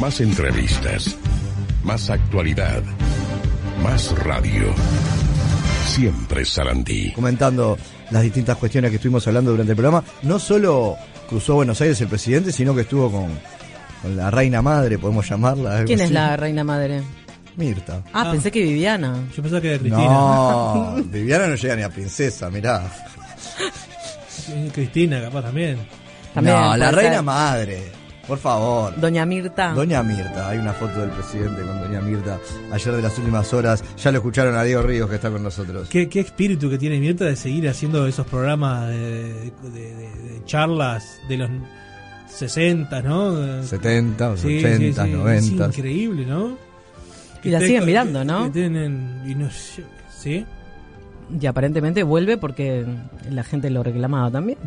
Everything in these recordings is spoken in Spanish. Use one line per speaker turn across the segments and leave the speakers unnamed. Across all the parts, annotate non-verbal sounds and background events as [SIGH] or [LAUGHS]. Más entrevistas. Más actualidad. Más radio. Siempre Sarandí.
comentando las distintas cuestiones que estuvimos hablando durante el programa. No solo cruzó Buenos Aires el presidente, sino que estuvo con, con la reina madre, podemos llamarla. algo
¿Quién es
así.
la reina madre?
Mirta.
Ah,
Ah.
pensé que Viviana.
Yo pensaba que era Cristina.
[LAUGHS] No, Viviana no llega ni a princesa, mirá.
Eh, [LAUGHS] Cristina, capaz también.
También
no, la
puede
reina
ser. Ah.
madre, por favor.
Doña Mirta.
Doña Mirta, hay una foto del presidente con Doña Mirta ayer de las últimas horas. Ya lo escucharon a Diego Ríos que está con nosotros.
¿Qué, qué espíritu que tiene Mirta de seguir haciendo esos programas de, de- de- de charlas de los 60, ¿no?
70,
Sí,
80,
sí, sí.
90.
Es increíble, ¿no?
Y la
te-
siguen mirando,
que-
¿no?
que tienen- y no sé, ¿Sí?
Y aparentemente vuelve porque la gente lo reclamaba también.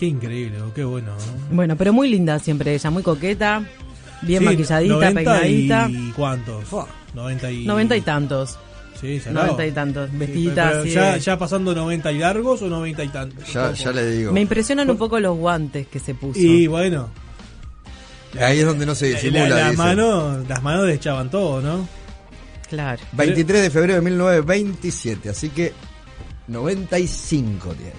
Qué increíble, qué bueno. ¿no?
Bueno, pero muy linda siempre ella, muy coqueta, bien
Sí,
maquilladita,
90
peinadita.
¿Y cuántos? 90 y...
Noventa y tantos.
Sí, salado.
Noventa y tantos.
Sí,
Vestidita
pero
así.
ya,
de-
¿Ya pasando 90 y largos o 90 y tantos?
Ya, ya le digo.
Me impresionan un poco los guantes que se puso.
Y bueno,
Ahí es donde no se disimula.
la- las
dice.
manos las manos deschaban todo, ¿no?
Claro.
23 de febrero de 1927, así que 95 tiene.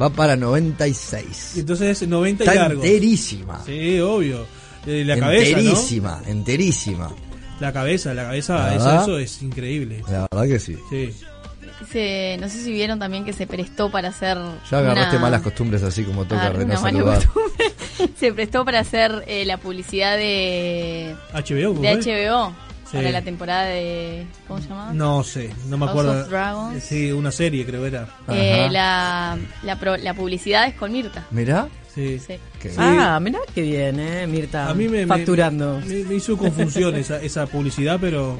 Va para 96.
Entonces 90 y
Está
largos.
enterísima.
Sí, obvio. Eh, la cabeza, ¿no?
enterísima, enterísima.
La cabeza, la cabeza,
¿Verdad?
eso, eso es increíble.
La verdad que sí.
Sí.
Se- no sé si vieron también que se prestó para hacer.
Ya agarraste
una-
malas costumbres así como toca
Ah,
de no
una mala
saludar.
costumbre. [LAUGHS] se prestó para hacer eh, la publicidad de,
HBO, ¿cómo
de
es?
HBO
Sí.
para la temporada de. ¿Cómo se llamaba?
No sé, no me
House
acuerdo.
of Dragons.
Sí, una serie creo que era.
Eh,
Ajá.
la, la, pro- la publicidad es con Mirta.
Mirá,
Sí.
Sí.
que
Ah, mirá que bien, eh, Mirta.
A mí me, me-
facturando.
Me, me hizo confusión
[LAUGHS]
esa, esa publicidad, pero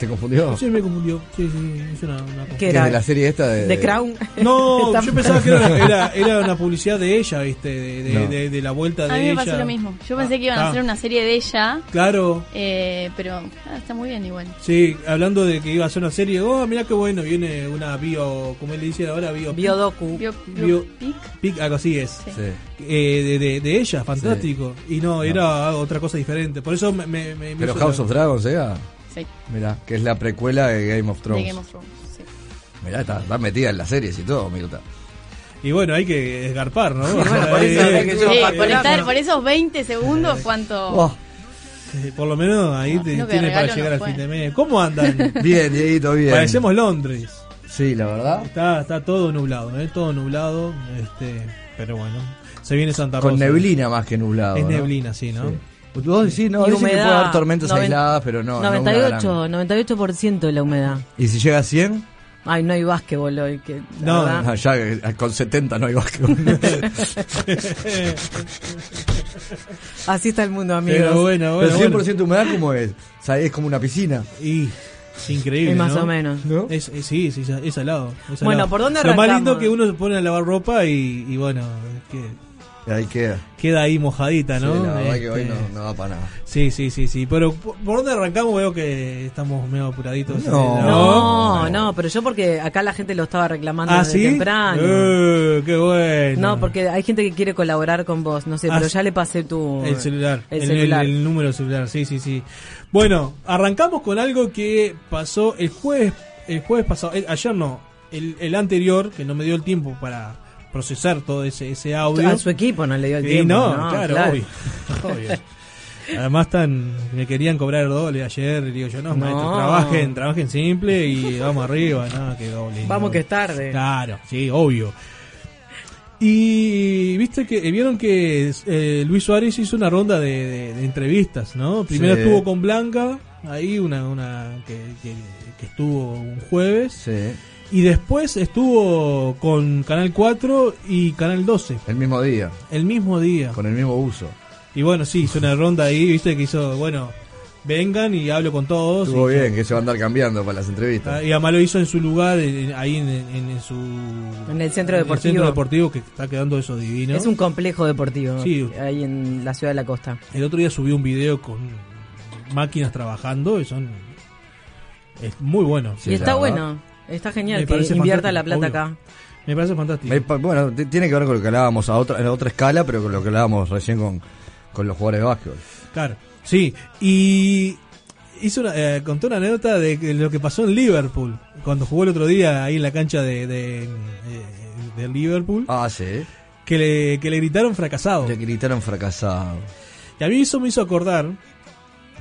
te confundió.
sí me confundió. Sí, sí, me hizo una, una confusión.
¿Qué
Que
era?
de la serie esta de,
The Crown. [LAUGHS]
No,
Está-
yo pensaba que
[LAUGHS]
era, era, era una publicidad de ella, ¿viste? De, de,
No.
de- de la vuelta de
A mí me
ella.
pasó lo mismo. Yo pensé
Ah,
que iban a
está.
hacer una serie de ella,
Claro,
eh, pero ah, está muy bien igual.
sí, hablando de que iba a ser una serie. Oh, mirá qué bueno, viene una bio. ¿Cómo le dicen ahora? Bio.
Biodoku.
Vio, vio
Vio-
Pic.
pic, algo así es.
Sí.
Sí.
Eh, de, de, de ella, fantástico. Y no, era otra cosa diferente. Por eso me. me, me- me
Pero
hizo
House
la-
of Dragons, ¿eh?
Sí,
Mirá, que es la precuela de Game of
de
Thrones.
Game of Thrones. sí.
Ah,
Mirá, está, está metida en las series y todo, Mirta.
Y bueno, hay que esgarpar, ¿no? O
bueno,
sea,
por eso
eh,
es que
Sí,
yo-
por,
Facturando.
estar, por esos 20 segundos, ¿cuánto?
Oh,
eh, por lo menos ahí
No,
te-
no, que
tiene para
regalo
llegar
no
al
fue.
fin de mes. ¿Cómo andan?
[LAUGHS] bien, Dieguito, bien.
Parecemos Londres.
Sí, la verdad.
Está, está todo nublado, ¿eh? Todo nublado. Este, pero bueno, se viene Santa Rosa.
Con neblina más que nublado.
Es
¿no?
neblina, sí, ¿no?
Vos decís, no,
Y
dicen que puede
humedad,
haber tormentas
noven-
aisladas, pero no. no una gran-
98, 98% de la humedad.
¿Y si llega a 100?
Ay, no hay básquetbol hoy. Que, la
No,
verdad.
Ah, ya eh, con 70 no hay [LAUGHS] básquetbol.
[LAUGHS] Así está el mundo, amigos.
Pero bueno,
pero
bueno.
100%
bueno.
humedad, ¿cómo es? O sea, es como una piscina.
Y es increíble.
Y más
¿no?
o menos.
¿No?
Es, es- sí, sí, es salado. es
Bueno,
salado.
¿por dónde
Lo más
arrancamos?
lindo que uno se pone a lavar ropa y, y bueno, que
Y ahí queda.
queda ahí mojadita, ¿no?
Sí, la verdad que hoy
Este,
no, no va para nada.
Sí, sí, sí, sí. Pero ¿por por dónde arrancamos? Veo que estamos medio apuraditos.
No.
No, no, pero yo porque acá la gente lo estaba reclamando
¿Ah,
desde
sí?
temprano.
Eh, ¡Qué bueno!
No, porque hay gente que quiere colaborar con vos, no sé,
Ah,
pero
sí.
ya le pasé tu...
El celular.
El
el-
celular.
El, el número celular, sí, sí, sí. Bueno, arrancamos con algo que pasó el jueves, el jueves pasado, eh, ayer no, el, el anterior, que no me dio el tiempo para procesar todo ese, ese audio.
A su equipo no le dio el
Y
tiempo.
no, claro, obvio. [LAUGHS] obvio. Además tan, me querían cobrar doble ayer, y digo yo, no,
No.
maestro, trabajen, trabajen simple y vamos arriba, no, que doble.
Vamos
no.
que es tarde.
Claro, sí, obvio. Y viste que eh, vieron que eh, Luis Suárez hizo una ronda de, de- de entrevistas, ¿no? Primero
Sí.
estuvo con Blanca, ahí una, una que, que- que estuvo un jueves.
Sí,
Y después estuvo con Canal 4 y Canal 12,
el mismo día,
el mismo día.
con el mismo uso.
Y bueno, sí, hizo una ronda ahí, viste que hizo, bueno, vengan y hablo con todos.
Estuvo
y,
bien, que se va a andar cambiando para las
Ah,
entrevistas.
Y además lo hizo en su lugar, en- en- ahí en, en- en su...
En el centro
en
deportivo.
centro deportivo, que está quedando eso divino.
Es un complejo deportivo
Sí.
ahí en la ciudad de la costa.
El otro día subí un video con máquinas trabajando y son... Es muy bueno.
Sí,
y
la
está
verdad.
bueno, está
Me
genial que
parece
invierta la
fantástico,
plata
obvio.
acá.
Me parece fantástico.
Me pa- Bueno, t- tiene que ver con lo que hablábamos a otra, en otra escala, pero con lo que hablábamos recién con, con los jugadores de básquetbol.
Claro, sí. Y hizo una- eh, contó una anécdota de que- lo que pasó en Liverpool, cuando jugó el otro día ahí en la cancha de, de, eh, de Liverpool,
Ah, sí.
que, le, que le gritaron fracasado.
Le gritaron fracasado.
Y a mí eso me hizo acordar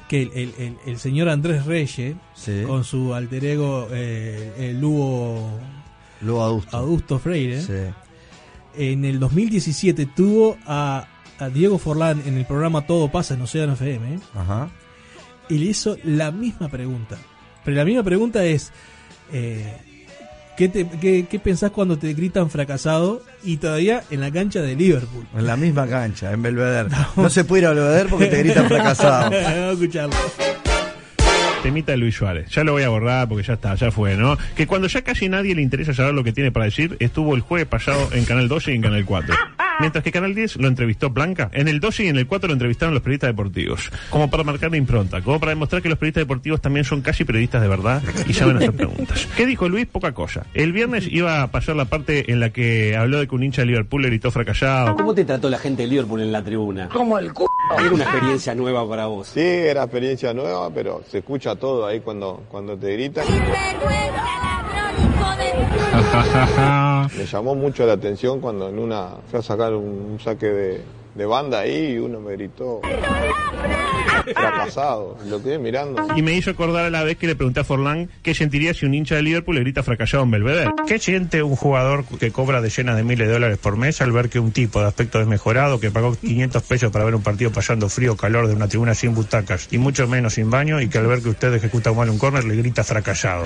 que el, el- el- el señor Andrés Reyes,
Sí.
con su alter ego, eh, el Hugo
Lo adusto.
Augusto Freire,
Sí.
en el 2017 tuvo a, a Diego Forlán en el programa Todo pasa en Océano FM.
Ajá.
y le hizo la misma pregunta. Pero la misma pregunta es, eh, ¿qué, te- qué- qué pensás cuando te gritan fracasado y todavía en la cancha de Liverpool?
En la misma cancha, en Belvedere. No, se puede ir a Belvedere porque te gritan
[LAUGHS]
fracasado.
Vamos a escucharlo.
[LAUGHS] Temita Luis Suárez. Ya lo voy a abordar porque ya está, ya fue, ¿no? Que cuando ya casi nadie le interesa saber lo que tiene para decir, estuvo el jueves pasado en Canal 12 y en Canal 4. Mientras que Canal 10 lo entrevistó Blanca, en el 12 y en el 4 lo entrevistaron los periodistas deportivos. Como para marcar la impronta, como para demostrar que los periodistas deportivos también son casi periodistas de verdad y saben
[LAUGHS]
hacer preguntas. ¿Qué dijo Luis? Poca cosa. El viernes iba a pasar la parte en la que habló de que un hincha de Liverpool le gritó fracasado.
¿Cómo te trató la gente de Liverpool en la tribuna? Como el Era una experiencia nueva para vos.
Sí, era experiencia nueva, pero se escucha todo ahí cuando, cuando te gritan. Me llamó mucho la atención cuando en una fui a sacar un, un saque de, de banda ahí y uno me gritó fracasado. Lo quedé mirando.
Y me hizo acordar a la vez que le pregunté a Forlán qué sentiría si un hincha de Liverpool le grita fracasado en Belvedere.
¿Qué siente un jugador que cobra decenas de miles de dólares por mes al ver que un tipo de aspecto desmejorado que pagó 500 pesos para ver un partido pasando frío o calor de una tribuna sin butacas y mucho menos sin baño y que al ver que usted ejecuta mal un córner le grita
[LAUGHS]
fracasado?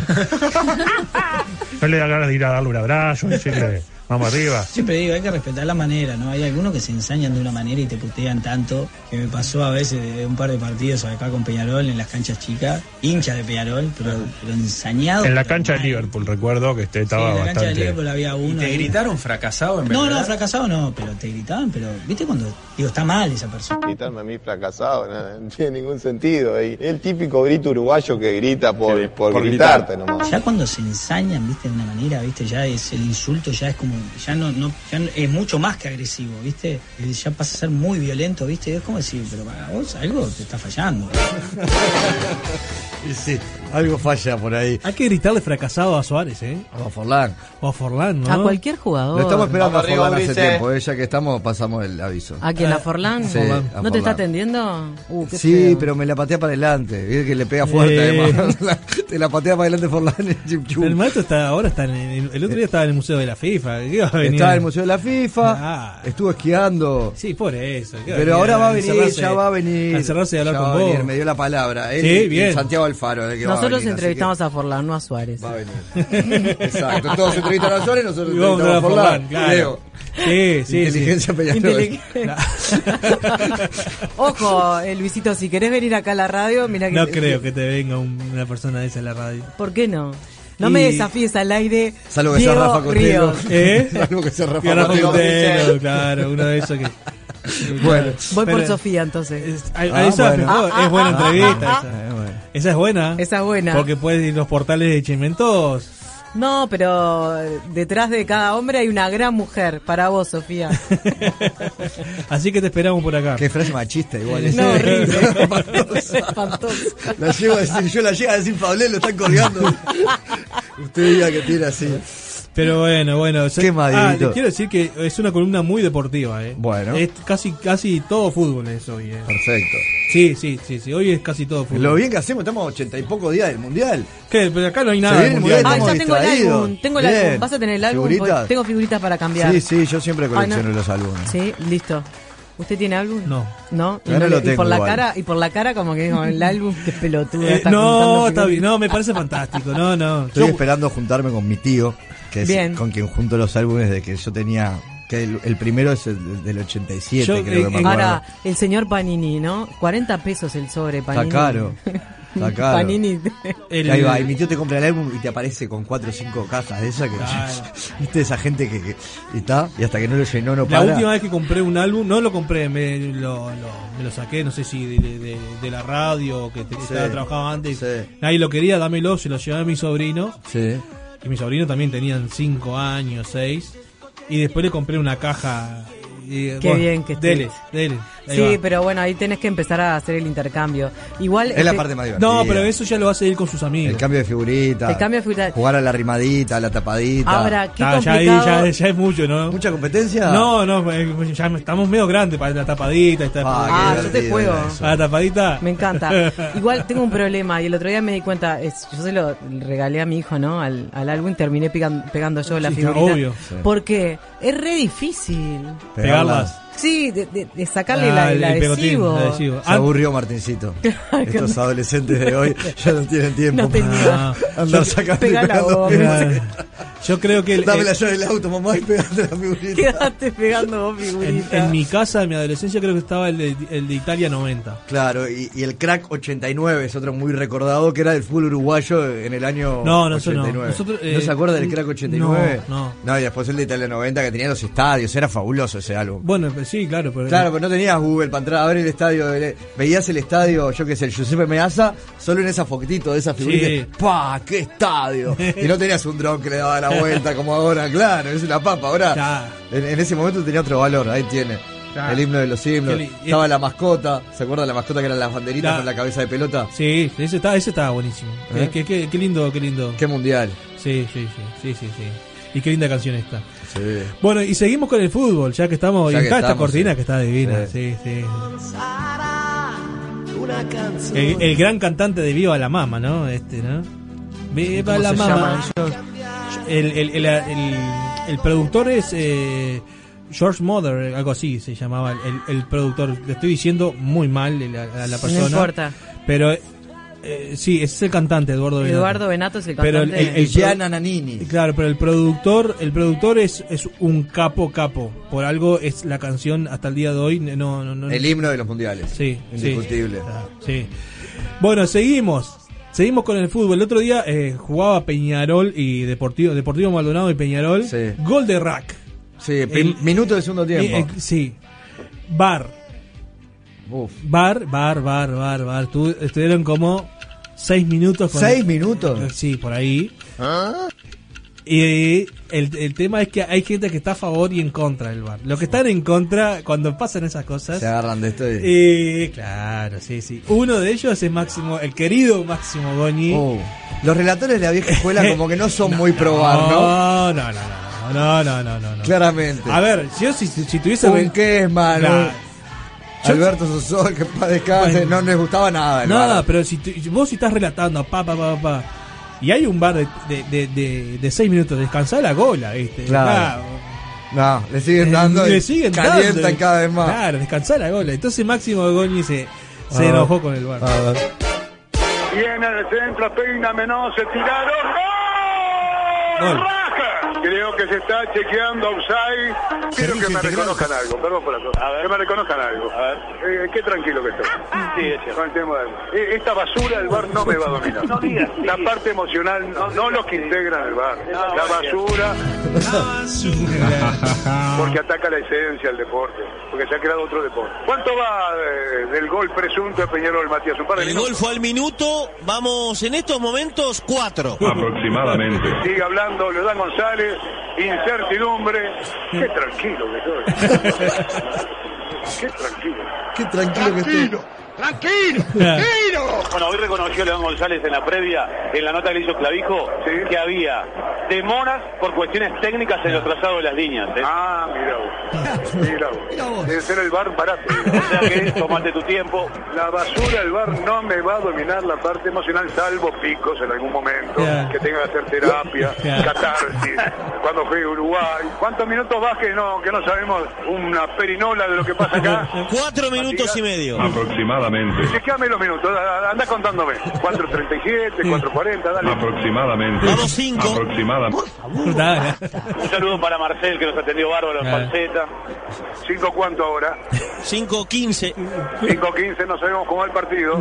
¿No le da ganas de ir a darle un abrazo, decirle, vamos arriba?
Siempre digo, hay que respetar la manera, ¿no? Hay algunos que se ensañan de una manera y te putean tanto, que me pasó a veces de un par de partidos acá con Peñarol en las canchas chicas, hincha de Peñarol, pero, pero ensañado.
En la
pero
cancha de
mal.
Liverpool, recuerdo que este
Sí, en
estaba
la cancha de
bastante...
Liverpool había uno. ahí.
fracasado en
No, no, fracasado no, pero te gritaban, pero ¿viste cuando? Digo, está mal esa persona.
Gritarme a mí fracasado, no, no tiene ningún sentido. Y el típico grito uruguayo que grita por, por, gritarte nomás.
Ya cuando se ensañan, viste, de una manera, viste, ya es el insulto, ya es como, ya no, no, ya no- es mucho más que agresivo, viste, Eh, ya pasa a ser muy violento, viste, es como decir, pero para vos algo te está fallando.
Y sí, algo falla por ahí.
Hay que gritarle fracasado a Suárez, ¿eh?
Vamos, Forlán.
O a Forlán, ¿no?
A cualquier jugador.
Lo estamos esperando a
Vamos arriba,
Forlán hace
Ulises.
tiempo, eh, ya que estamos, pasamos el aviso.
¿A quién? ¿A Forlán?
Eh, Sí, a
¿No
Forlán.
te está atendiendo? Uh, qué
Sí,
feo.
pero me la patea para adelante. Viste que le pega fuerte,
Eh. [LAUGHS]
además. [LAUGHS] La- te la patea para adelante Forlán. y chup, chup.
El maestro está, ahora está en el, el otro día estaba en el Museo de la FIFA. ¿qué va a venir?
Estaba en el Museo de la FIFA,
Ah.
estuvo esquiando.
Sí, por eso. ¿qué
Pero ahora va a venir,
encerrarse-
ya va a venir.
A encerrarse y
Ya
hablar
va
con
a
vos.
venir, Me dio la palabra. Él
Sí,
y- y
bien.
Santiago Alfaro. el que va a venir,
Nosotros
así que
entrevistamos a Forlán, no a Suárez.
Va a venir. Exacto. Todos entrevistan a Suárez, nosotros
Y vamos a
entrevistamos a Forlán.
claro.
Leo.
Sí, sí, sí.
Inteligencia Peñarol.
[LAUGHS] Ojo, eh, Luisito, si querés venir acá a la radio, mira que.
[LAUGHS] No creo que te venga un- una persona de esa a la radio.
¿Por qué no? No
Y-
me desafíes al aire.
Salvo que sea
Diego
Rafa Cotelo. [LAUGHS]
Ríos.
¿Eh?
Salvo que sea
Y
Rafa
ahora
Cotelo.
Fontelo, claro, uno de esos que.
Bueno.
Voy por
Pero-
Sofía entonces.
Es, a- a
Ah,
esa
bueno.
mejor,
Ah,
es buena
ah,
entrevista.
ah,
esa.
Eh, bueno.
Esa es buena.
Esa es buena.
Porque puedes ir a los portales de Chimentos.
No, pero eh, detrás de cada hombre hay una gran mujer. Para vos, Sofía.
Así que te esperamos por acá.
Qué frase machista igual es.
No, horrible.
[LAUGHS]
Espantoso.
La llevo a decir, yo la llego a decir Pablé, lo están colgando. Usted diga que tira así.
Pero bueno, bueno. yo-
Qué madridito.
Ah, le quiero decir que es una columna muy deportiva, ¿eh?
Bueno.
Es casi, casi todo fútbol es hoy, ¿eh?
Perfecto.
Sí, sí, sí, sí. Hoy es casi todo fútbol.
Lo bien que hacemos, estamos a ochenta y pocos días del mundial.
¿Qué? Pero acá no hay
Se
nada. de
viene el
mundial.
Mundial,
Ah,
estamos
ya tengo el
distraídos.
álbum. Tengo el
Bien.
álbum. Vas a tener el álbum.
¿Figuritas?
porque Tengo figuritas para cambiar.
Sí, sí, yo siempre colecciono
Ah, no.
los álbumes.
Sí, listo. ¿Usted tiene álbum?
No.
¿No? Y,
Ahora
no
lo
le- y
tengo
por la
igual.
cara, y por la cara como que dijo, el álbum, qué pelotudo.
Eh,
está
no,
juntando
está
figuras.
bien. No, me parece fantástico. No,
[LAUGHS]
no.
Estoy
Yo-
esperando juntarme con mi tío, que es
Bien.
con quien junto los álbumes de que yo tenía. Que el, el primero es el del 87,
Yo,
creo que
eh,
me acuerdo.
Ahora, el señor Panini, ¿no? 40 pesos el sobre Panini.
Está caro.
[LAUGHS]
Está caro.
Panini.
el-
Ahí va, y mi tío te compra el álbum y te aparece con cuatro o cinco cajas de esas que. [LAUGHS] ¿Viste? Esa gente que, que- y está, y hasta que no lo llenó, no
La
para.
última vez que compré un álbum, no lo compré, me lo, lo- me lo saqué, no sé si de, de- de- de la radio que te- estaba trabajando antes.
sí.
Nadie lo quería, dámelo, se lo llevé a mi sobrino.
Sí.
Y mi sobrino también tenían 5 años, 6. Y después le compré una caja. y,
Qué bien que
Dele,
estuviste.
dele. Ahí
Sí,
va.
pero bueno, ahí tenés que empezar a hacer el intercambio. Igual
Es la
este,
parte más divertida.
No, pero eso ya lo va a seguir con sus amigos.
El cambio de figuritas.
El cambio de figuritas.
Jugar a la rimadita, a la tapadita.
Ahora, qué
Ah, ya, ahí
complicado.
ya, ya es mucho, ¿no?
¿Mucha competencia?
No, no, eh, ya estamos medio grandes para la tapadita. Esta
Ah,
Ah,
qué
yo te
divertido
juego.
era eso.
para la tapadita.
Me [LAUGHS] encanta. Igual tengo un problema y el otro día me di cuenta, es- yo se lo regalé a mi hijo, ¿no? Al, al álbum terminé pican- pegando yo la
Sí,
figurita.
obvio.
Sí.
Porque es re difícil.
Pegarlas.
Sí, de, de- de sacarle
Ah,
la, el
el- el pegotín,
adhesivo.
el adhesivo.
Se aburrió
[LAUGHS]
Martincito. Estos adolescentes de hoy ya no tienen tiempo
No tenía.
para andar sacando y
Pegala
pegando
vos.
figuras.
Ah. Yo creo que el-
Dame
el-
la llave del auto, mamá, y pegate la figurita.
Quedaste pegando vos
en,
figurita.
en mi casa, en mi adolescencia, creo que estaba el de, el de Italia 90.
Claro, y, y el crack 89 es otro muy recordado que era del fútbol uruguayo en el año
No, no, eso no.
89.
Nosotros, eh,
¿No se acuerda del crack 89?
no,
y después el de Italia 90 que tenía los estadios, era fabuloso ese álbum.
Bueno, pues sí, claro, pero.
Claro, pero no tenías Google para entrar a ver el estadio. de- Veías el estadio, yo qué sé, el Giuseppe Meazza, solo en esa fotito de esa figurita.
Sí.
¡Pah! ¡Qué estadio! Y no tenías un dron que le daba la [LAUGHS] vuelta como ahora, claro, es una papa. Ahora,
Ya.
en, en ese momento tenía otro valor, ahí tiene.
Ya.
El himno de los himnos.
Qué li-
Estaba la mascota, ¿se acuerda la mascota que eran las banderitas
Ya.
con la cabeza de pelota?
Sí, ese estaba, ese estaba buenísimo.
¿Eh?
Eh, Qué, qué- qué lindo, qué lindo.
¡Qué mundial!
Sí, sí, sí, sí, sí, sí. Y qué linda canción esta.
Sí.
Bueno, y seguimos con el fútbol, ya que estamos.
Ya
y
que
está esta
estamos,
cortina
sí.
que está divina. Sí, sí. El, el gran cantante de Viva la Mama, ¿no? Este, ¿no? Viva
¿Cómo
la
se
Mama.
llaman?
El, el, el, el- el productor es eh, George Mother, algo así se llamaba el, el productor. Le estoy diciendo muy mal a la, a la
No
persona.
importa.
Pero eh, sí, ese es el cantante, Eduardo Benotto.
Eduardo Benato es el
Pero
cantante.
el- el-
Gianna Nannini.
Claro, pero el productor, el productor es, es un capo capo. Por algo es la canción hasta el día de hoy. No, no, no.
El himno de los mundiales.
Sí, sí.
Indiscutible.
Ah, sí. Bueno, seguimos. Seguimos con el fútbol. El otro día eh, jugaba Peñarol y Deportivo, Deportivo Maldonado y Peñarol.
Sí.
Gol de Rack.
Sí, prim-
El-
minuto de segundo tiempo.
Eh, eh, sí. Bar.
Uf.
Bar, bar, bar, bar, bar. Tu- estuvieron como seis minutos. Con
¿Seis minutos? ¿Ah?
Eh, Sí, por ahí. Y el, el tema es que hay gente que está a favor y en contra del bar. Los que están en contra, cuando pasan esas cosas.
Se agarran de esto y-
eh, claro, sí, sí. Uno de ellos es Máximo, el querido Máximo Goñi.
Oh. Los relatores de la
[LAUGHS]
vieja escuela como que no son muy probar,
No,
¿no?
no, no, no, no, no, no, no, no.
Claramente.
A ver, yo si, si, si tuviese.
Un qué es malo.
Nah.
Alberto Sosol, que para descanse,
Bueno.
no les gustaba nada. el
Nada,
bar.
pero si tú- vos estás relatando, pa, pa, pa, pa, y hay un bar de, de, de, de- de seis minutos, descansar la gola, ¿viste?
Claro. No, le
Ah,
siguen dando.
le
y
siguen dando. eh.
calientan cada vez más.
Claro, descansar la gola. Entonces Máximo Goñi se, se
Ah.
enojó con el bar.
A ver.
Viene de centro, peina menos, se tiraron.
Gol.
Creo que se está chequeando offside. Quiero que me reconozcan algo, perdón por la cosa. Que me reconozcan algo. Eh, qué tranquilo que estoy. Con el tema de- Eh, Esta basura del bar no me va a dominar. La parte emocional, no, no los que integran el bar. La basura, porque ataca la esencia del deporte. Porque se ha creado otro deporte. ¿Cuánto va eh, del gol presunto de Peñarol Matías? Un par de
El
minutos.
gol fue al minuto, vamos en estos momentos cuatro.
Aproximadamente. Sigue hablando Leodán González, incertidumbre. Qué tranquilo que estoy. Qué tranquilo.
Qué tranquilo que estoy.
¡Tranquilo! Bueno, hoy reconoció León González en la previa, en la nota que le hizo Clavijo, que había demoras por cuestiones técnicas en los trazados de las líneas. Ah, mira vos. Mira vos. Debe ser el bar barato. O sea que tomate tu tiempo. La basura del bar no me va a dominar la parte emocional, salvo picos en algún momento,
Claro.
que tenga que hacer terapia,
Claro.
catarsis, cuando juegue Uruguay. ¿Cuántos minutos vas que no, que no sabemos una perinola de lo que pasa acá?
Cuatro minutos y medio.
Aproximadamente. Chequeame los minutos, a- a- anda contándome. 4.37, 4.40, dale. Aproximadamente.
Vamos cinco.
Aproximadamente.
Nada.
Un saludo para Marcel, que nos atendió bárbaro
en
panceta. ¿Cinco cuánto ahora?
Cinco quince.
5.15, no sabemos cómo va el partido.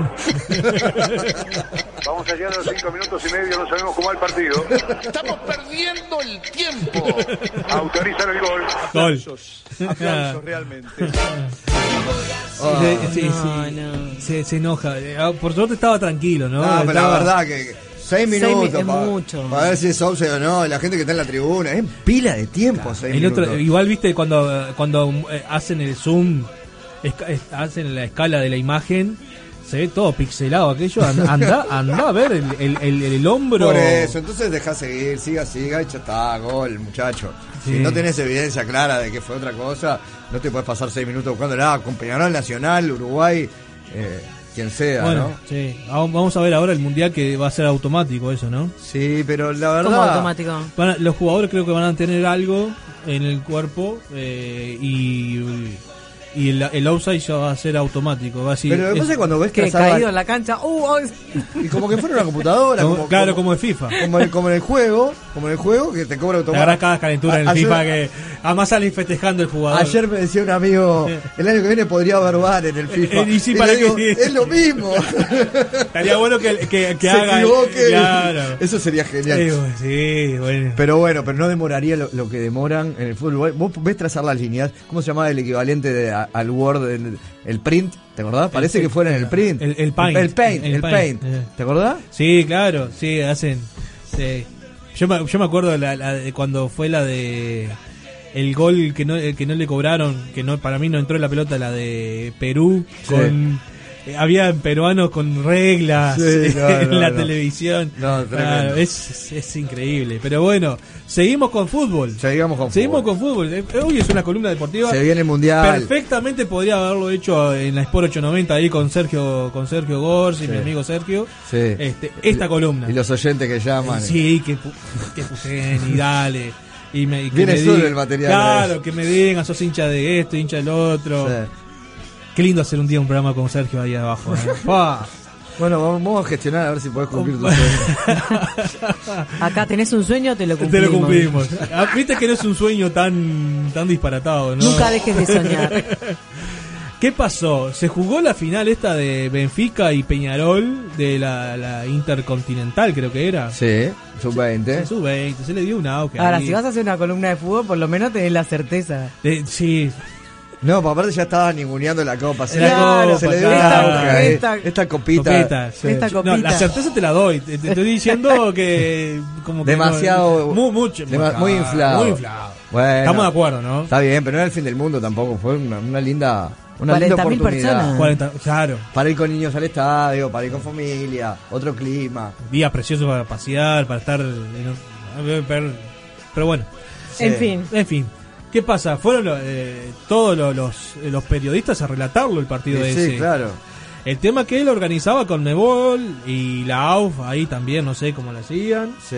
Vamos allá de los cinco minutos y medio, no sabemos cómo va el partido.
Estamos perdiendo el
[LAUGHS]
tiempo.
Autorizan el gol.
Gol.
Ah.
Sí, sí, sí.
No, no.
Se, se enoja. Eh, ah, Por suerte estaba tranquilo, ¿no?
No, pero la
Estaba-
verdad que. Seis
Seis mi-
minutos.
es
pa-
mucho.
Para ver si es offside o no. La gente que está en la tribuna. Es pila de tiempo, seis
El otro,
minutos.
igual viste cuando, cuando eh, hacen el zoom, esca- es- hacen la escala de la imagen, se ve todo pixelado aquello. Anda, anda, anda a ver el, el- el- el hombro.
Por eso, entonces deja seguir, siga, siga, y ya está, gol, muchacho.
Sí.
Si no tenés evidencia clara de que fue otra cosa, no te puedes pasar seis minutos buscando nada. Con Peñarol Nacional, Uruguay, eh, quien sea,
Bueno,
¿no?
sí. Ah, Vamos a ver ahora el mundial que va a ser automático, eso, ¿no?
Sí, pero la verdad.
Como automático.
Van a- los jugadores creo que van a tener algo en el cuerpo eh, y, y el, el offside ya va a ser automático. Va a decir,
Pero lo que pasa es cuando ves que
Que
Saba-
caído en la cancha. ¡Uh! oh, es-
[LAUGHS] Y como que fuera una computadora.
Como-
como,
claro, como, en FIFA.
como, como en, como en el juego, como en el juego que te cobra
La verdad,
automático.
cada calentura en el
Ayer-
FIFA que además salen festejando el jugador.
Ayer me decía
[LAUGHS]
un amigo, el año que viene podría haber VAR en el FIFA.
Eh, y sí,
le
¿para qué?
digo,
[LAUGHS]
es lo mismo.
Estaría bueno que, que, que
Se
haga.
equivoque.
Claro.
Eso sería genial.
Sí, bueno, Sí, bueno.
Pero bueno, pero no demoraría lo, lo que demoran en el fútbol. Vos ves trazar las líneas. ¿Cómo se llamaba el equivalente de- a- al Word? El, el print, ¿te acordás? Parece que fuera en el print.
El- el paint.
El paint,
El
el
paint,
paint.
eh.
¿Te acordás?
Sí, claro, sí, hacen. sí. Yo, me, yo me acuerdo la, la de cuando fue la de. El gol que no, el que no le cobraron, que no para mí no entró en la pelota, la de Perú.
Sí.
Con, eh, había peruanos con reglas [LAUGHS]
Sí, no,
en
no,
la
no.
televisión.
No, tremendo.
Claro, es, es- es increíble. Pero bueno, seguimos con fútbol.
Seguimos con
Seguimos
fútbol.
con fútbol. Eh, Hoy es una columna deportiva.
Se viene el mundial.
Perfectamente podría haberlo hecho en la Sport 890 ahí con Sergio con Sergio Gorsi,
Sí.
mi amigo Sergio.
Sí.
Este, esta columna.
Y los oyentes que llaman.
Sí, que, pu- que puteen y dale. Y me, y que
Viene
me
solo
digan-
el material,
Claro,
eh.
que me digan, sos hincha de esto, hincha del otro.
Sí.
Qué lindo hacer un día un programa con Sergio ahí abajo.
[LAUGHS]
eh. Pa.
Bueno, vamos- vamos a gestionar a ver si
[LAUGHS]
podés cumplir tu sueño.
[LAUGHS] Acá tenés un sueño, te lo
Te
cumplimos.
lo cumplimos. Ah,
[LAUGHS]
Viste que no es un sueño tan, tan disparatado, ¿no?
Nunca dejes de soñar.
[LAUGHS] ¿Qué pasó? Se jugó la final esta de Benfica y Peñarol de la, la Intercontinental, creo que era.
Sí, sub-20.
Sub-20, se le dio una auca.
Ahora, si vas a hacer una columna de fútbol, por lo menos tenés la certeza.
sí,
No, porque aparte ya estaba ninguneando la copa. Se,
La
le-
copa,
se le dio
claro.
una auca, eh.
Esta-
esta, copita.
Copita, sí.
Esta
No,
copita.
la certeza te la doy. Te, te estoy
[LAUGHS]
diciendo que. Como que
Demasiado.
no- mu- mucho- Ah,
dema- muy inflado.
Muy inflado.
Bueno.
Estamos de acuerdo, ¿no?
Está bien, pero no era el fin del mundo tampoco. Fue una, una linda, una linda
40.000
oportunidad.
personas.
40, claro.
Para ir con niños al estadio, para ir con familia, otro clima.
Días preciosos para pasear, para estar. en- Pero, pero bueno. Eh,
En fin.
En fin. ¿Qué pasa? Fueron los, eh, todos los, los, eh, los periodistas a relatarlo el partido
Sí,
ese.
sí, claro.
El tema que él organizaba con Nebol y la AUF, ahí también, no sé cómo lo hacían.
Sí.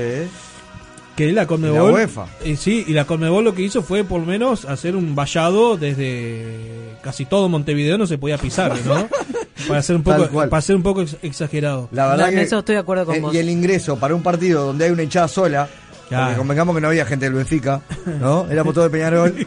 que la Conmebol
La UEFA.
Eh, sí y la Conmebol lo que hizo fue por lo menos hacer un vallado desde casi todo Montevideo no se podía pisar
[LAUGHS]
no para ser un poco
Tal cual.
para ser un poco ex- exagerado
La verdad
No, en
que-
eso estoy de acuerdo con
eh,
vos.
Y el ingreso para un partido donde hay una hinchada sola,
Claro.
porque convengamos que no había gente del Benfica,
[LAUGHS]
¿no? Éramos todos de Peñarol.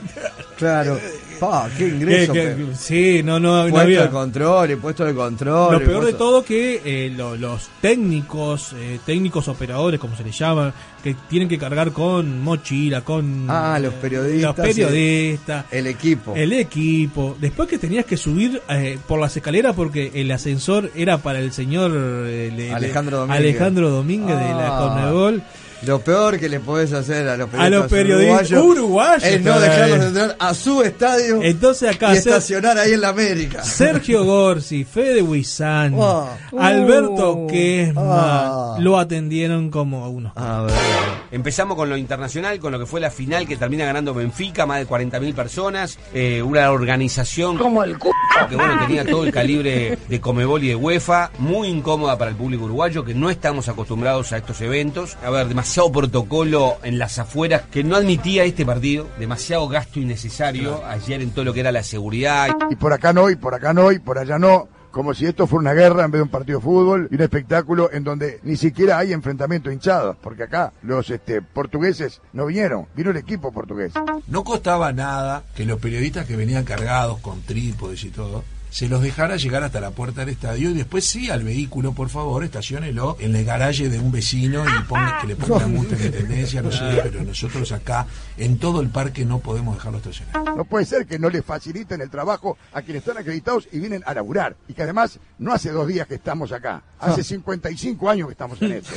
Claro. Pa, qué ingreso.
Eh, Que- que-
pe-
sí no no, no
puesto de
había
control, y puesto de control.
lo
y
peor de
puesto-
todo que eh, lo- los técnicos eh, técnicos operadores como se les llama que tienen que cargar con mochila con
Ah, los periodistas,
los periodistas
El equipo.
El equipo. Después que tenías que subir eh, por las escaleras porque el ascensor era para el señor eh, le- le-
Alejandro Domínguez.
Alejandro Domínguez de la
Ah.
Conmebol.
Lo peor que le podés hacer a los
A
periodistas,
los periodistas
uruguayos,
uruguayos,
es no
todavía.
dejarlos entrar a su estadio
Entonces acá
y
Ser-
estacionar ahí en la América.
Sergio Gorsi, Fede Huizán,
Ah.
Alberto
Uh.
Quesma
Ah.
lo atendieron como a uno.
A ver.
Empezamos con lo internacional, con lo que fue la final que termina ganando Benfica, más de 40.000 personas, eh, una organización como el que bueno, tenía todo el calibre de Comebol y de UEFA, muy incómoda para el público uruguayo que no estamos acostumbrados a estos eventos. A ver, demasiado protocolo en las afueras que no admitía este partido, demasiado gasto innecesario ayer en todo lo que era la seguridad.
y por acá no, y por acá no, y por allá no. Como si esto fuera una guerra en vez de un partido de fútbol y un espectáculo en donde ni siquiera hay enfrentamiento de hinchadas, porque acá los este, portugueses no vinieron, vino el equipo portugués.
No costaba nada que los periodistas que venían cargados con trípodes y todo se los dejara llegar hasta la puerta del estadio y después sí al vehículo, por favor, estacionelo en el garaje de un vecino y ponga- que le ponga multa de tendencia, no sé, pero nosotros acá en todo el parque no podemos dejarlo estacionar.
No puede ser que no le faciliten el trabajo a quienes están acreditados y vienen a laburar. Y que además no hace dos días que estamos acá. Hace 55 años que estamos en esto.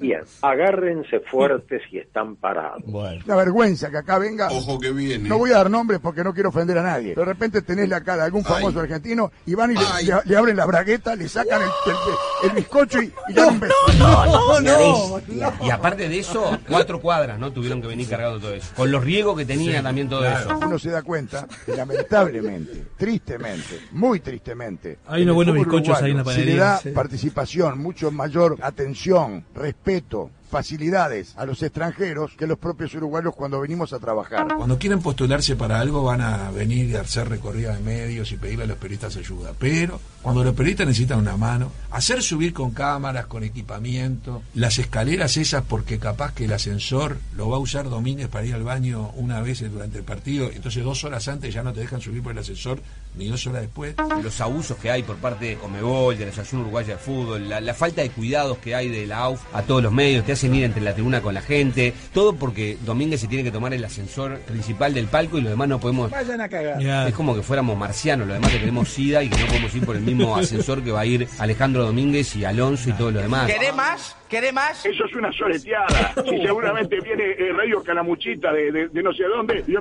Bien, agárrense fuertes y están parados.
Una vergüenza que acá venga.
Ojo que viene.
No voy a dar nombres porque no quiero ofender a nadie. De repente tenés la cara de algún famoso argentino y van y le,
Ay.
le- le abren la bragueta, le sacan el, el- el bizcocho y, y le dan un beso.
no,
no,
Y aparte de eso, cuatro cuadras, ¿no? Tuvieron que venir cargando todo eso. Con los riegos que tenía
Sí,
también todo
claro.
eso.
Uno se da cuenta, que lamentablemente, tristemente, muy tristemente.
Hay
en
unos
el
buenos
fútbol
bizcochos ahí en la
uruguayo
panadería,
Se le da
sí.
participación, mucho mayor atención, respeto, facilidades a los extranjeros que a los propios uruguayos cuando venimos a trabajar.
Cuando quieren postularse para algo van a venir a hacer recorrida de medios y pedirle a los periodistas ayuda. Pero cuando los periodistas necesitan una mano, hacer subir con cámaras, con equipamiento, las escaleras esas porque capaz que el ascensor lo va a usar Domínguez para ir al baño una vez durante el partido, entonces dos horas antes ya no te dejan subir por el ascensor ni dos horas después.
Los abusos que hay por parte de Comebol, de la Asociación Uruguaya de Fútbol, la, la falta de cuidados que hay de la AUF a todos los medios, te hacen ir entre la tribuna con la gente, todo porque Domínguez se tiene que tomar el ascensor principal del palco y los demás no podemos...
Vayan a cagar.
Es como que fuéramos marcianos, los demás que tenemos SIDA y que no podemos ir por el mismo ascensor que va a ir Alejandro Domínguez y Alonso y todos los demás.
¿Querés más? ¿Querés más? Eso es una soleteada. Si seguramente viene eh, Radio Calamuchita de, de- de no sé dónde, y yo-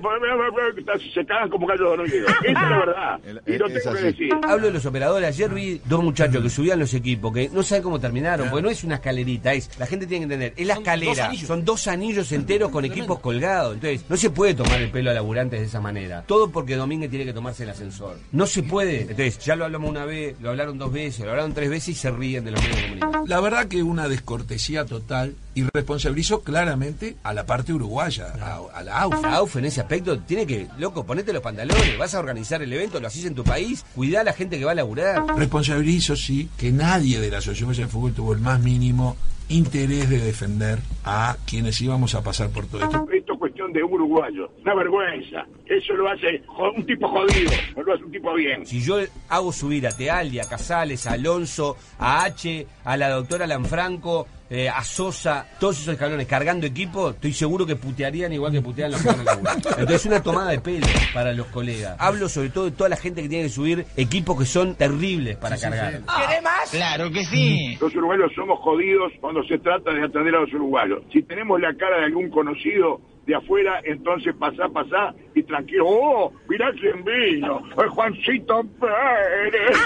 se cagan como gallos dormidos. Esa Eh, es la
[LAUGHS]
verdad. Y lo tengo que decir.
Hablo de los operadores. Ayer vi dos muchachos que subían los equipos, que no saben cómo terminaron, porque no es una escalerita, es. La gente tiene que entender, es la
dos
escalera.
anillos.
Son dos anillos enteros con equipos colgados. Entonces, no se puede tomar el pelo a laburantes de esa manera. Todo porque Domínguez tiene que tomarse el ascensor. No se puede. Entonces, ya lo hablamos una vez, lo hablaron dos veces, lo hablaron tres veces y se ríen de los medios de comunicación.
La verdad que una descortesía total y responsabilizó claramente a la parte uruguaya, a, a la AUF.
La AUF en ese aspecto tiene que, loco, ponete los pantalones, vas a organizar el evento, lo haces en tu país, cuidá a la gente que va a laburar.
Responsabilizo, sí, que nadie de la Asociación Uruguaya de Fútbol tuvo el más mínimo interés de defender a quienes íbamos a pasar por todo esto.
Esto es cuestión de uruguayo. Una vergüenza. Eso lo hace jo- un tipo jodido. No lo hace un tipo bien.
Si yo hago subir a Tealdi, a Casales, a Alonso, a H, a la doctora Lanfranco, eh, a Sosa, todos esos escalones cargando equipo, estoy seguro que putearían igual que putean los que van a laburar. Entonces una tomada de pelo para los colegas. Hablo sobre todo de toda la gente que tiene que subir equipos que son terribles para cargar.
¿Querés más? Claro que sí. Los uruguayos somos jodidos cuando se trata de atender a los uruguayos. Si tenemos la cara de algún conocido de afuera, entonces pasá, pasá y tranquilo. ¡Oh! Mirá quién vino. ¡Es Juancito Pérez!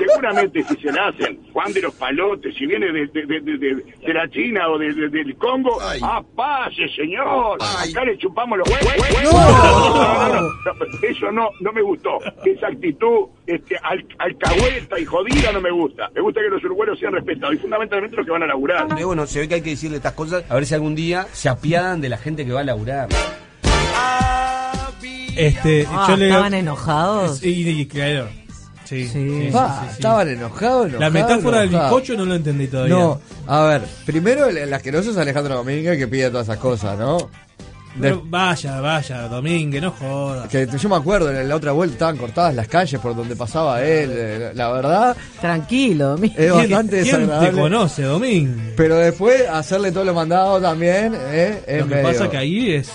Seguramente si se la hacen, Juan de los Palotes, si viene de, de- de- de- de- de la China o de- de- del Congo, ¡ah, pase, señor! Acá le chupamos los huevos. No, no, no. Eso no, no me gustó. Esa actitud este, al, alcahueta y jodida no me gusta. Me gusta que los uruguayos sean respetados y fundamentalmente los que van a laburar.
Entonces, bueno, se ve que hay que decirle estas cosas, a ver si algún día se apiadan de la gente que va a laburar.
Este,
Ah,
yo le-
estaban enojados.
Y, y- claro. Sí, sí, sí,
Pa,
sí, sí.
Estaban enojados,
La
enojados,
metáfora del
enojados.
bizcocho no lo entendí todavía.
No, a ver, primero el, el asqueroso es Alejandro Domínguez que pide todas esas cosas, ¿no? De-
Pero vaya, vaya, Domínguez, no jodas.
que yo me acuerdo, en la otra vuelta estaban cortadas las calles por donde pasaba él, eh, la verdad.
Tranquilo,
Es bastante
¿Quién
desagradable.
te conoce, Domínguez?
Pero después hacerle todo lo mandado también, eh, es
Lo que
medio-
pasa que ahí es.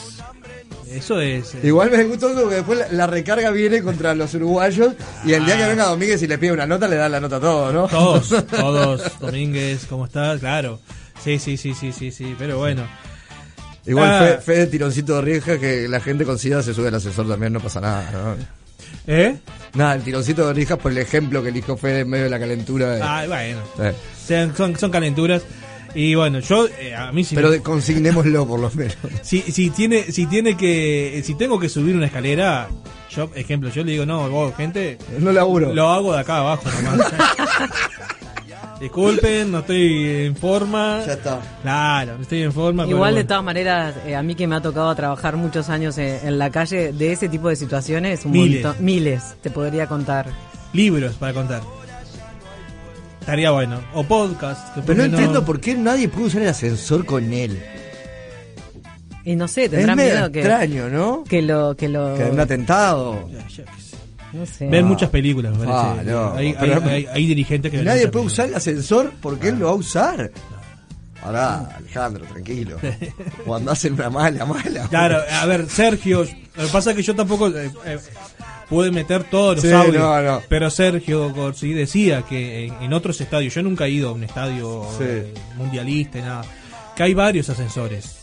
Eso es. eh,
Igual me gustó eso porque después la, la recarga viene contra los uruguayos y el día que venga Domínguez y le pide una nota, le da la nota a todos, ¿no?
Ah. Todos,
[LAUGHS]
todos. Domínguez, ¿cómo estás? Claro. Sí, sí, sí, sí, sí, sí. Pero bueno.
Igual
Ah.
Fede, Fede tironcito de riesga que la gente con SIDA se sube al asesor también, no pasa nada, ¿no?
¿Eh?
Nada, el tironcito de riesga por el ejemplo que elijo Fede en medio de la calentura. de-
Ah, bueno.
Eh.
Sean- son, son calenturas. Y bueno, yo, eh, a mí sí.
Pero de- consignémoslo por lo
[LAUGHS]
menos.
si, si tiene, si tiene que, si tengo que subir una escalera, yo, ejemplo, yo le digo, no, vos, gente,
No laburo.
lo hago de acá abajo nomás.
[LAUGHS]
Disculpen, no estoy en forma. Ya
está.
Claro, no estoy en forma. pero
Igual de
bueno.
todas maneras, eh, a mí que me ha tocado trabajar muchos años eh, en, en la calle, de ese tipo de situaciones, un
Miles.
montón- miles, te podría contar.
Libros para contar. Estaría bueno. O podcast. que por
Pero no
qué
entiendo por qué nadie pudo usar el ascensor con él.
Y no sé, tendrán
medio
miedo que...
extraño, ¿no?
Que lo... Que lo...
Que un atentado.
No sé.
Ver
Ah.
muchas películas, me
Ah,
parece.
no,
hay, hay,
pero-
hay- hay dirigentes que.
Y
ven
nadie
muchas Ah.
puede usar el ascensor porque él lo va a usar. Pará, Alejandro,
[LAUGHS]
tranquilo. O andás en una mala, mala.
Claro, a ver, Sergio, lo que pasa es que yo tampoco eh, eh, pude meter todos los
Sí,
audios,
no, no.
pero Sergio Gorsi decía que en, en otros estadios, yo nunca he ido a un estadio
Sí.
eh, mundialista, y nada, que hay varios ascensores.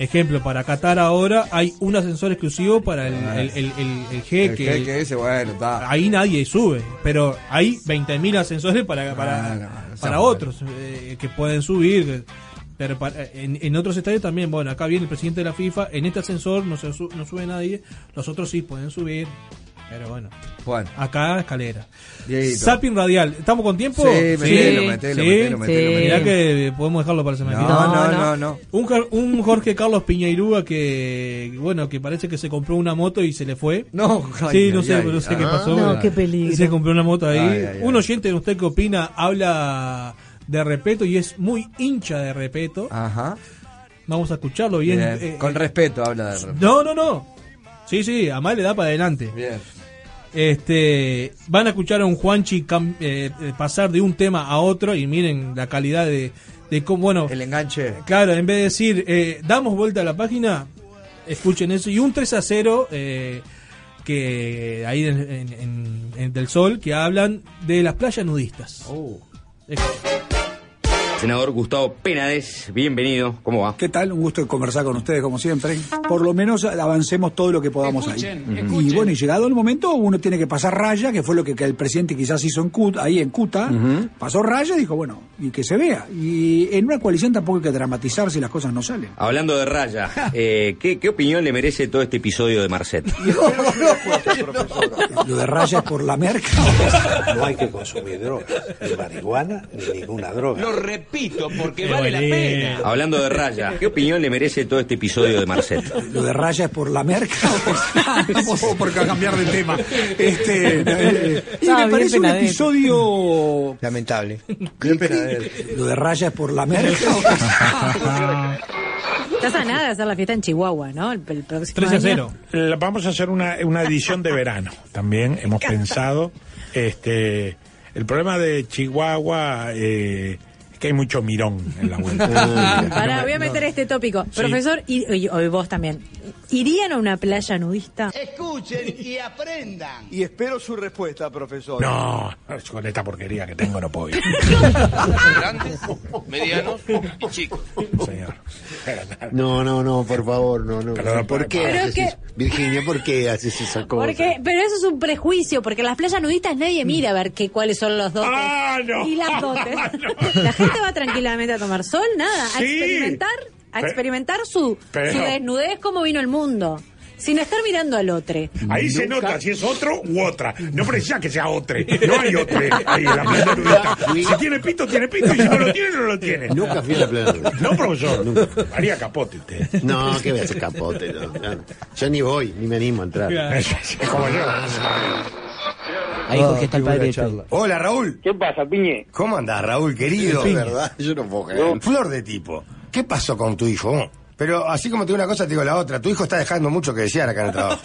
Ejemplo, para Qatar ahora hay un ascensor exclusivo para el, el, el, el- el jeque.
Ah. El jeque ese, bueno, está.
Ahí nadie sube, pero hay 20.000 ascensores para, para,
Ah, No, no, no,
para
no.
otros eh, que pueden subir. Pero para- en, en otros estadios también, bueno, acá viene el presidente de la FIFA, en este ascensor no, se su- no sube nadie, los otros sí pueden subir, pero bueno,
Bueno.
acá escalera.
Dieguito.
Zapping
[LAUGHS]
radial, ¿estamos con tiempo?
Sí, metelo, metelo, metelo, metelo, metelo.
Mirá que podemos dejarlo para el semana.
No,
que viene.
no, no, no.
Un, Jor- un Jorge Carlos Piñeirúa que, bueno, que parece que se compró una moto y se le fue.
No,
sí,
[LAUGHS] ay,
no
ay,
sé,
ay.
no sé qué
Ah.
pasó.
No,
pero
qué peligro.
Se compró una moto ahí.
Ay, ay,
un oyente de usted que opina habla de Repeto y es muy hincha de Repeto.
Ajá.
Vamos a escucharlo bien.
Bien,
Eh,
Con
eh,
respeto habla de
no, no, no. Sí, sí, a más le da para adelante. Este, van a escuchar a un Juanchi cam- eh, eh, pasar de un tema a otro y miren la calidad de, de cómo, bueno.
El enganche.
Claro, en vez de decir, eh, damos vuelta a la página, escuchen eso. Y un 3 a 0, eh, que ahí en, en- en- en Del Sol, que hablan de las playas nudistas.
Oh.
Senador Gustavo Penades, bienvenido. ¿Cómo va?
¿Qué tal? Un gusto conversar con ustedes como siempre. Por lo menos avancemos todo lo que podamos
Escuchen,
ahí.
escuchen.
Y bueno, y llegado el momento uno tiene que pasar raya, que fue lo que, que el presidente quizás hizo en Cut, ahí en Cuta.
Ujú.
Pasó raya y dijo, bueno, y que se vea. Y en una coalición tampoco hay que dramatizar si las cosas no salen.
Hablando de raya, eh, ¿qué, qué opinión le merece todo este episodio de Marcet?
Lo de raya es por la merca.
No hay que consumir drogas, ni marihuana, ni ninguna droga.
Lo repito porque vale la pena.
Hablando de raya, ¿qué opinión le merece todo este episodio de Marcet?
Lo de raya es por la
[LAUGHS]
merca. o por cambiar de tema. Este,
[LAUGHS]
eh, y me
Ah, bien
parece un
penadero.
episodio
lamentable.
Lo de raya es por la merca.
Estás a nada de hacer la fiesta en Chihuahua, ¿no? El, el próximo año.
La- vamos a hacer una, una edición de verano también, hemos pensado. Este, el problema de Chihuahua eh, es que hay mucho mirón en la vuelta.
Pará, voy a meter este tópico. Profesor, y, y- o vos también. ¿Irían a una playa nudista?
Escuchen y aprendan.
Y espero su respuesta, profesor.
No, con esta porquería que tengo no puedo ir.
Grandes, medianos y chicos.
No, no, no, por favor, no, no. ¿Por qué
Pero
haces
es que-
eso? Virginia, ¿por qué haces esa cosa?
Porque, pero eso es un prejuicio, porque las playas nudistas nadie mira a ver qué, cuáles son los dotes
Ah, no! Ah, [LAUGHS]
y las dotes. La gente va tranquilamente a tomar sol, nada, a
Sí.
experimentar, a
Pe-
experimentar su,
Pero-
su desnudez, cómo vino el mundo, sin estar mirando al otro.
Ahí se nota si es otro u otra. No precisa que sea otro. No hay otro ahí en la playa nudista. Si tiene pito, tiene pito. Y si no lo tiene, no lo tiene.
Nunca fui a la playa nudista.
No, profesor. Haría capote usted.
No, que voy a hacer capote. No, no. Yo ni voy, ni me animo a entrar. [LAUGHS]
Como yo.
Ahí,
Ah,
Jorge, está el padre de
Hola, Raúl.
¿Qué pasa, Piñe?
¿Cómo andás, Raúl, querido?
Sí.
verdad, yo no puedo creer. Flor de tipo. ¿Qué pasó con tu hijo? Pero así como te digo una cosa, te digo la otra. Tu hijo está dejando mucho que desear acá en el [LAUGHS] trabajo.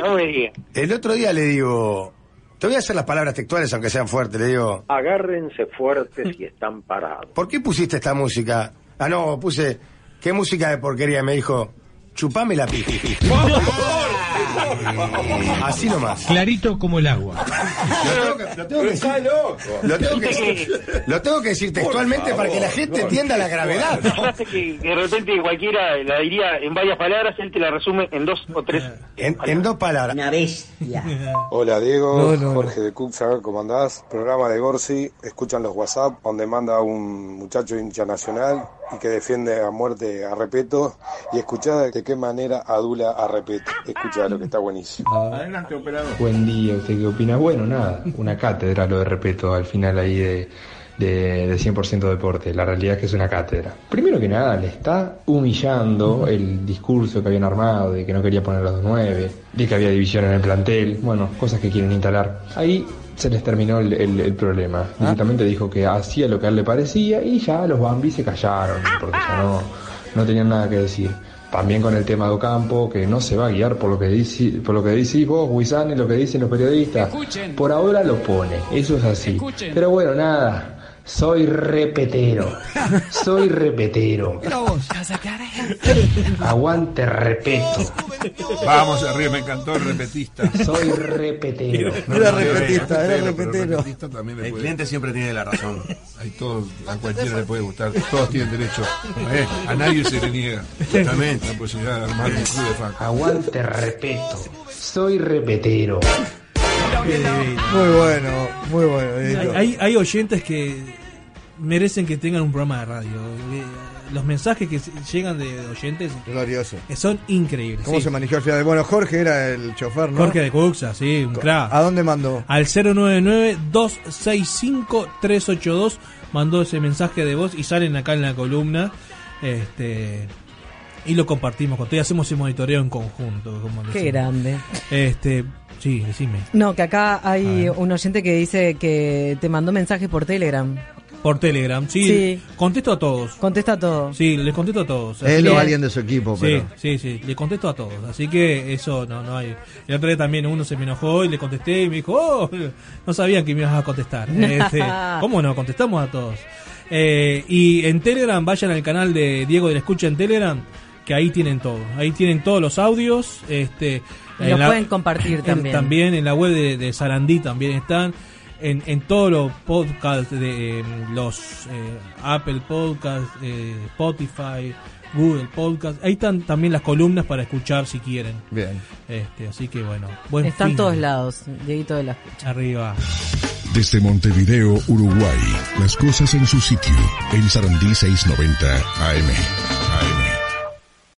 No me digas.
El otro día le digo... Te voy a hacer las palabras textuales, aunque sean fuertes. Le digo...
Agárrense fuertes y están parados.
¿Por qué pusiste esta música? Ah, no, puse... ¿Qué música de porquería? Me dijo... Chupame la [LAUGHS] pija. Así nomás.
Clarito como el agua.
Lo tengo que- lo tengo que decir. Lo tengo que decir- lo tengo que decir textualmente
Por
para que la
favor,
gente
no,
entienda la gravedad.
Una frase que de repente cualquiera la diría en varias palabras, él te la resume en dos o tres.
En, en dos palabras.
Una bestia.
Hola Diego,
No, no, no.
Jorge de Cupsa, ¿cómo andás? Programa de Gorsi, escuchan los WhatsApp, donde manda un muchacho hincha nacional y que defiende a muerte a Repeto. Y escuchá de qué manera adula a Repeto. Escuchá lo que está buenísimo.
Adelante, operador.
Buen día, ¿usted qué opina? Bueno, nada, una cátedra, lo de respeto al final ahí de, de, de 100% deporte. La realidad es que es una cátedra. Primero que nada, le está humillando el discurso que habían armado de que no quería poner los nueve, de que había división en el plantel, bueno, cosas que quieren instalar. Ahí se les terminó el, el- el problema. Directamente dijo que hacía lo que a él le parecía y ya los Bambi se callaron, porque ya no, no tenían nada que decir. También con el tema de Ocampo, que no se va a guiar por lo que, dici- por lo que decís vos, Guisán, y lo que dicen los periodistas. Por ahora lo pone, eso es así. Pero bueno, nada, soy repetero. Soy repetero.
[LAUGHS]
Aguante repeto.
Vamos arriba, me encantó el repetista.
Soy repetero.
Era repetista, era repetero.
El
cliente siempre tiene la razón. Hay todos, a cualquiera le puede gustar, todos tienen derecho. Eh, A nadie se le niega justamente la posibilidad de armar un club de fans.
Aguante repeto. Soy repetero.
Eh,
Muy bueno, muy bueno.
Hay,
Dieguito.
hay- hay oyentes que merecen que tengan un programa de radio. Eh, Los mensajes que se- llegan de oyentes
Glorioso.
son increíbles.
¿Cómo
sí.
se manejó el final? Bueno, Jorge era el chofer, ¿no?
Jorge de Cuxa, sí, un crack.
¿A dónde mandó?
Al 099-265-382 mandó ese mensaje de voz y salen acá en la columna. Este. Y lo compartimos con todos y hacemos ese monitoreo en conjunto. como
Qué
decimos.
grande.
Este, sí, decime.
No, que acá hay un oyente que dice que te mandó mensajes por Telegram.
Por Telegram, sí,
Sí.
Contesto a todos.
Contesta todo.
Sí, les contesto a todos.
Él
Así-
o alguien de su equipo,
Sí,
pero.
sí, sí, le contesto a todos, así que eso no, no hay. El otro día también uno se me enojó y le contesté y me dijo, oh, no sabían que me ibas a
[LAUGHS]
contestar. Este, ¿Cómo no? Contestamos a todos. Eh, y en Telegram, vayan al canal de Diego de la Escucha en Telegram, que ahí tienen todo, ahí tienen todos los audios. Este,
Y los pueden
[LAUGHS]
compartir
en-
también.
También en la web de, de Sarandí también están. En, en todos los podcasts de eh, los eh, Apple Podcasts, eh, Spotify, Google Podcast. Ahí están también las columnas para escuchar si quieren.
Bien.
Este, así que bueno, buen
Están
fin.
todos lados, Dieguito de la
Arriba.
Desde Montevideo, Uruguay, las cosas en su sitio, en Sarandí 690 AM.